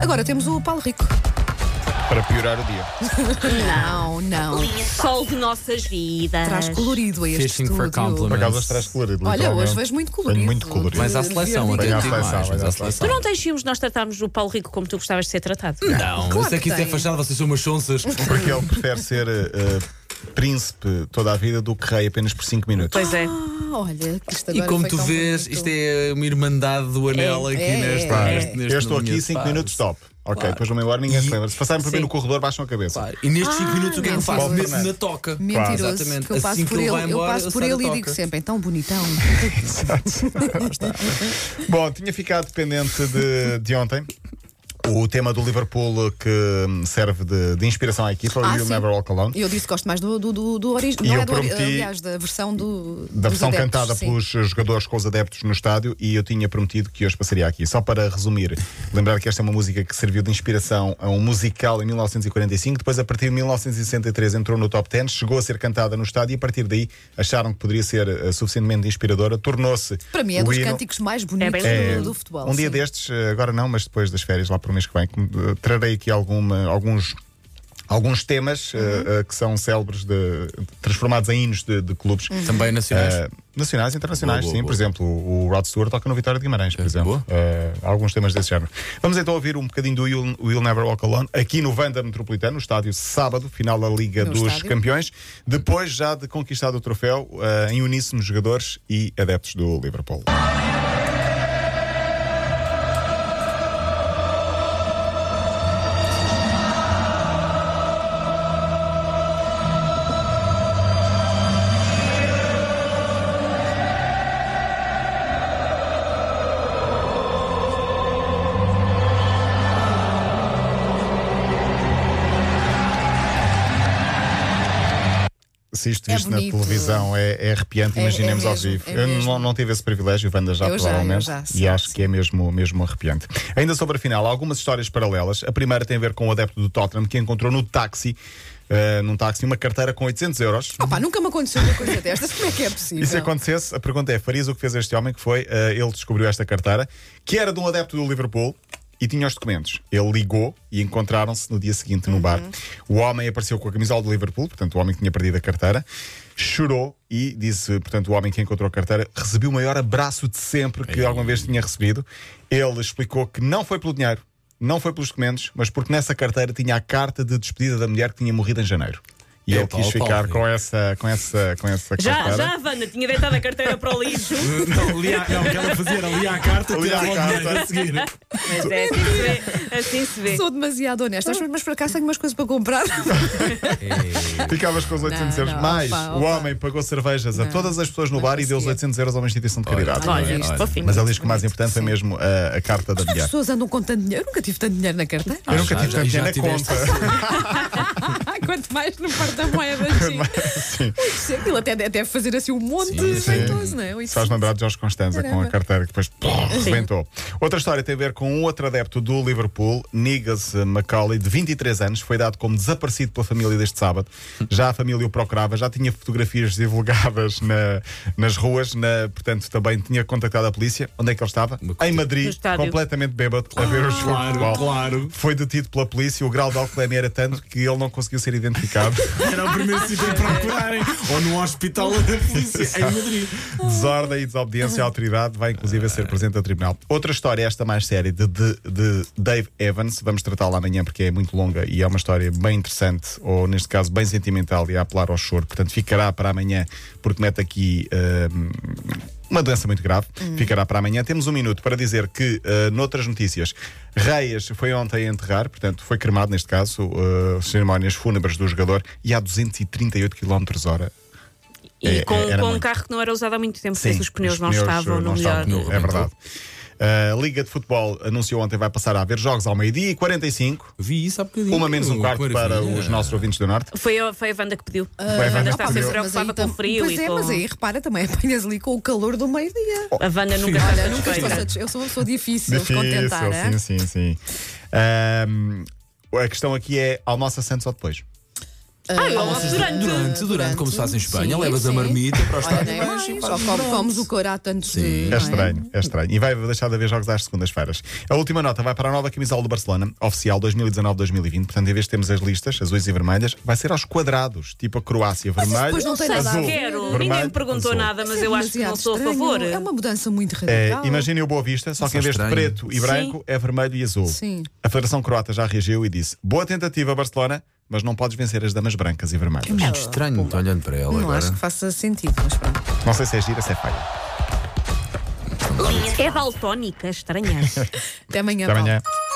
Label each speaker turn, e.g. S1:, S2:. S1: Agora temos o Paulo Rico.
S2: Para piorar o dia.
S1: Não, não.
S3: Sol de nossas vidas.
S1: Traz colorido a este
S4: Fishing for
S1: estúdio.
S4: compliments.
S2: Por acaso as traz colorido.
S1: Olha,
S2: literalmente.
S1: hoje vejo muito colorido.
S2: Tenho muito colorido.
S4: Mas à seleção,
S1: Verde e
S2: à
S4: até digo mais,
S2: seleção,
S4: mas
S2: vai à
S4: à
S2: seleção.
S4: seleção.
S3: Tu não tens ciúmes de nós tratarmos o Paulo Rico como tu gostavas de ser tratado?
S4: Não,
S1: Claro
S4: isso é
S1: que
S4: que isso é
S1: tem.
S4: fachado, vocês são umas sonsas.
S2: Porque ele prefere ser eh, príncipe toda a vida do que rei apenas por 5 minutos.
S3: Pois é.
S1: Ah, olha, que isto
S4: E
S1: agora
S4: como
S1: foi
S4: tu
S1: tão
S4: vês,
S1: bonito.
S4: isto é uma irmandade do anel
S3: É,
S4: aqui
S1: é,
S4: neste,
S1: é.
S2: Pá,
S4: neste, neste
S2: eu estou aqui
S4: momento.
S2: 5
S4: Pá,
S2: minutos, top. Ok,
S4: Claro.
S2: depois do meio ar ninguém se
S4: E-
S2: lembra. Se passarem por mim
S3: Sim.
S2: no corredor, baixam a cabeça.
S4: pá. E nestes 5
S1: Ah,
S4: minutos o que é que eu
S1: mentira.
S4: faço?
S2: Paulo
S4: Meto-me na
S2: Fernandes.
S4: toca. Pá,
S1: Mentiroso,
S4: exatamente.
S1: que eu passo
S4: Assim que
S1: por
S4: ele
S1: ele,
S4: vai
S1: eu
S4: embora,
S1: passo
S4: eu
S1: por
S4: saio
S1: ele
S4: da
S1: e
S4: toca.
S1: digo sempre, é tão bonitão.
S2: Uhum. Bom, tinha ficado dependente de, de ontem. O tema do Liverpool que hum, serve de, de inspiração à equipa,
S1: Ah,
S2: o You'll
S1: sim.
S2: Never Walk Alone.
S1: Eu disse que gosto mais do, do, do, do origi-
S2: E
S1: Não
S2: eu
S1: é do ori-
S2: prometi-
S1: aliás, da versão do.
S2: da
S1: dos
S2: versão
S1: adeptos,
S2: cantada
S1: sim.
S2: pelos jogadores com os adeptos no estádio e eu tinha prometido que hoje passaria aqui. Só para resumir, lembrar que esta é uma música que serviu de inspiração a um musical em 1945, depois a partir de 1963 entrou no top 10, chegou a ser cantada no estádio e a partir daí acharam que poderia ser eh, suficientemente inspiradora, tornou-se
S1: Para mim é
S2: o
S1: dos
S2: hino-
S1: cânticos mais bonitos
S3: É,
S1: do, do futebol.
S2: um dia
S1: sim.
S2: destes, eh, agora não, mas depois das férias, lá para o mês que vem, com- eh, trarei aqui alguma- alguns, alguns temas eh,
S1: Uhum.
S2: eh, que são célebres, de- transformados em hinos de, de clubes.
S1: Uhum.
S4: Também nacionais.
S2: Eh, nacionais e internacionais,
S4: Boa,
S2: sim.
S4: boa,
S2: Por
S4: boa. É,
S2: exemplo, o o Rod Stewart toca no Vitória de Guimarães, por exemplo.
S4: boa.
S2: Eh, alguns temas desse género. Vamos então ouvir um bocadinho do Will, Will Never Walk Alone aqui no Vanda Metropolitano, no estádio sábado, final da Liga
S1: No
S2: dos
S1: estádio.
S2: Campeões, depois já de conquistado o troféu eh, em uníssono jogadores e adeptos do Liverpool. Se isto
S1: É
S2: visto na
S1: bonito.
S2: televisão é, é arrepiante,
S1: É-
S2: imaginemos
S1: é
S2: ao
S1: mesmo,
S2: vivo.
S1: é
S2: eu
S1: mesmo.
S2: não, não tive esse privilégio, Wanda já
S1: Eu já,
S2: provavelmente.
S1: eu já, sim,
S2: e acho que é mesmo, mesmo arrepiante. Ainda sobre a final, algumas histórias paralelas. A primeira tem a ver com o adepto do Tottenham que encontrou no táxi, eh, num táxi, uma carteira com 800 euros.
S1: Opa, nunca me aconteceu uma coisa destas. Como é que é possível?
S2: E se acontecesse, a pergunta é: farias o que fez este homem? Que foi, eh, ele descobriu esta carteira, que era de um adepto do Liverpool e tinha os documentos. Ele ligou e encontraram-se no dia seguinte no
S3: Uhum.
S2: bar. O homem apareceu com a camisola do Liverpool, portanto, o homem que tinha perdido a carteira, chorou e disse: portanto, o homem que encontrou a carteira recebeu o maior abraço de sempre que alguma vez tinha recebido. Ele explicou que não foi pelo dinheiro. Não foi pelos documentos, mas porque nessa carteira tinha a carta de despedida da mulher que tinha morrido em janeiro. E ele
S4: Epa,
S2: quis
S4: ó, Paulo
S2: ficar
S4: Rico.
S2: com essa, com essa, com essa
S3: Já,
S2: carteira.
S3: já a Wanda tinha deitado a carteira para o lixo.
S4: Não, li a, não, o que ela fazia era lia a carta,
S2: Lia a
S4: tirava o dinheiro
S2: carta.
S4: a seguir.
S3: Mas é, assim se vê. Assim se vê.
S1: Sou demasiado honesta, mas, mas por acaso tenho umas coisas para comprar.
S2: Ficavas com os 800
S1: Não,
S2: euros.
S1: não,
S2: Mais,
S1: opa,
S2: o
S1: opa.
S2: homem pagou cervejas a todas as pessoas no
S1: não
S2: bar e deu os
S1: conseguia.
S2: 800 euros a uma instituição de caridade.
S3: olha,
S2: Não é?
S3: isto,
S2: Olha.
S3: fofinho.
S2: Mas ele diz que o mais importante foi mesmo eh, a, a carta da
S1: As
S2: mulher.
S1: pessoas andam com tanto dinheiro. Eu nunca tive tanto dinheiro na carteira.
S2: Eu nunca
S4: Ah,
S2: tive
S4: já-
S2: tanto
S4: já
S2: dinheiro na
S4: tiveste.
S2: conta.
S1: Ai, Ah, quanto mais no porta-moedas.
S2: Sim.
S1: sim. Aquilo até deve fazer assim um monte
S4: Sim,
S1: de
S4: sim.
S1: jeitoso, não é? Oito
S2: Faz
S1: cento.
S2: lembrar de Jorge Constanza com a
S1: Caramba.
S2: carteira que depois pô, rebentou. Outra história tem a ver com um outro adepto do Liverpool, Nigas Macaulay, de 23 anos, foi dado como desaparecido pela família deste sábado. Já a família o procurava, já tinha fotografias divulgadas na- nas ruas, na- portanto também tinha contactado a polícia. Onde é que ele estava?
S4: No
S2: Em
S4: cortiço.
S3: No
S2: Madrid,
S3: estádio.
S2: completamente bêbado, a ver os jogos de
S4: Claro,
S2: futebol.
S4: claro.
S2: Foi detido pela polícia, o grau de alcoolemia era tanto que ele não conseguiu ser identificado.
S4: Era o primeiro sítio a procurarem. Ou no hospital ou da polícia, em Madrid.
S2: Desordem e desobediência à autoridade vai inclusive a ser presente a tribunal. Outra história, esta mais séria, de, de- de Dave Evans. Vamos tratá-la amanhã porque é muito longa e é uma história bem interessante, ou neste caso, bem sentimental e a apelar ao choro. Portanto, ficará para amanhã, porque mete aqui. hum, uma doença muito grave, ficará para amanhã. Temos um minuto para dizer que, eh, noutras notícias, Reias foi ontem a enterrar, portanto, foi cremado, neste caso, eh, cerimónias fúnebres do jogador, e a 238 km hora
S3: E
S2: É,
S3: com,
S2: era
S3: com um
S2: muito.
S3: carro que não era usado há muito tempo,
S2: Sim,
S3: porque os pneus não estavam no
S2: não
S3: melhor.
S2: estavam,
S4: melhor.
S2: É verdade. A Liga de Futebol anunciou ontem vai passar a haver jogos ao meio-dia e 45,
S4: Vi isso há bocadinho.
S2: uma menos um quarto
S4: Que
S2: para
S4: maravilha.
S2: os nossos ouvintes do Norte.
S3: Foi, a- foi a Wanda que pediu.
S2: Foi a
S3: a Wanda
S2: Wanda
S3: está
S2: que
S3: sempre
S2: pediu.
S3: preocupada com
S1: tam-
S3: o frio
S1: pois
S3: e
S1: é,
S3: com.
S1: mas aí repara também, apanhas ali com o calor do meio-dia.
S2: Oh,
S3: A Wanda nunca
S4: Olha,
S3: está
S1: Nunca estou
S3: satisfeita.
S1: satis- Eu sou uma pessoa difícil, de contentar, é?
S2: sim, Eh, sim, sim. Ahm, a questão aqui é almoça Santos ou depois?
S3: Ah, eu
S5: Almoças
S3: durante.
S5: durante, durante, como se faz em Espanha,
S1: Sim,
S5: levas a
S1: sim.
S5: marmita para o
S1: Olha, né?
S5: estádio.
S1: nem
S5: vais
S1: mais,
S5: e
S1: só
S5: fazes
S1: come-
S5: durante.
S1: comes o couro há tantos
S5: Sim.
S2: É estranho, é estranho. E vai deixar de haver jogos às segundas-feiras. A última nota vai para a nova camisola do Barcelona, oficial 2019-2020. Portanto, em vez de termos as listas, azuis e vermelhas, vai ser aos quadrados, tipo a Croácia vermelha.
S1: depois não tem
S3: Sei
S1: nada a
S3: se
S2: azul,
S1: ver.
S3: quero. Ninguém
S2: vermelho,
S3: me perguntou
S2: azul.
S3: nada, mas
S1: Isso é
S3: eu acho que não
S1: demasiado
S3: sou a
S1: estranho.
S3: favor.
S1: É uma mudança muito
S2: É,
S1: radical.
S2: imaginem o Boa Vista, só
S5: Isso
S2: que em
S5: é
S2: vez de
S5: estranho.
S2: preto e
S3: Sim.
S2: branco é vermelho e azul.
S1: Sim.
S2: A Federação Croata já reagiu e disse: Boa tentativa, Barcelona, mas não podes vencer as damas brancas e vermelhas.
S5: Muito é estranho, estou olhando para ela
S1: Não
S5: agora.
S1: acho que faça sentido, mas pronto.
S2: Não sei se é gira, se é feia.
S3: É daltónica, estranha.
S1: Até amanhã.
S2: Até amanhã.
S1: Paulo.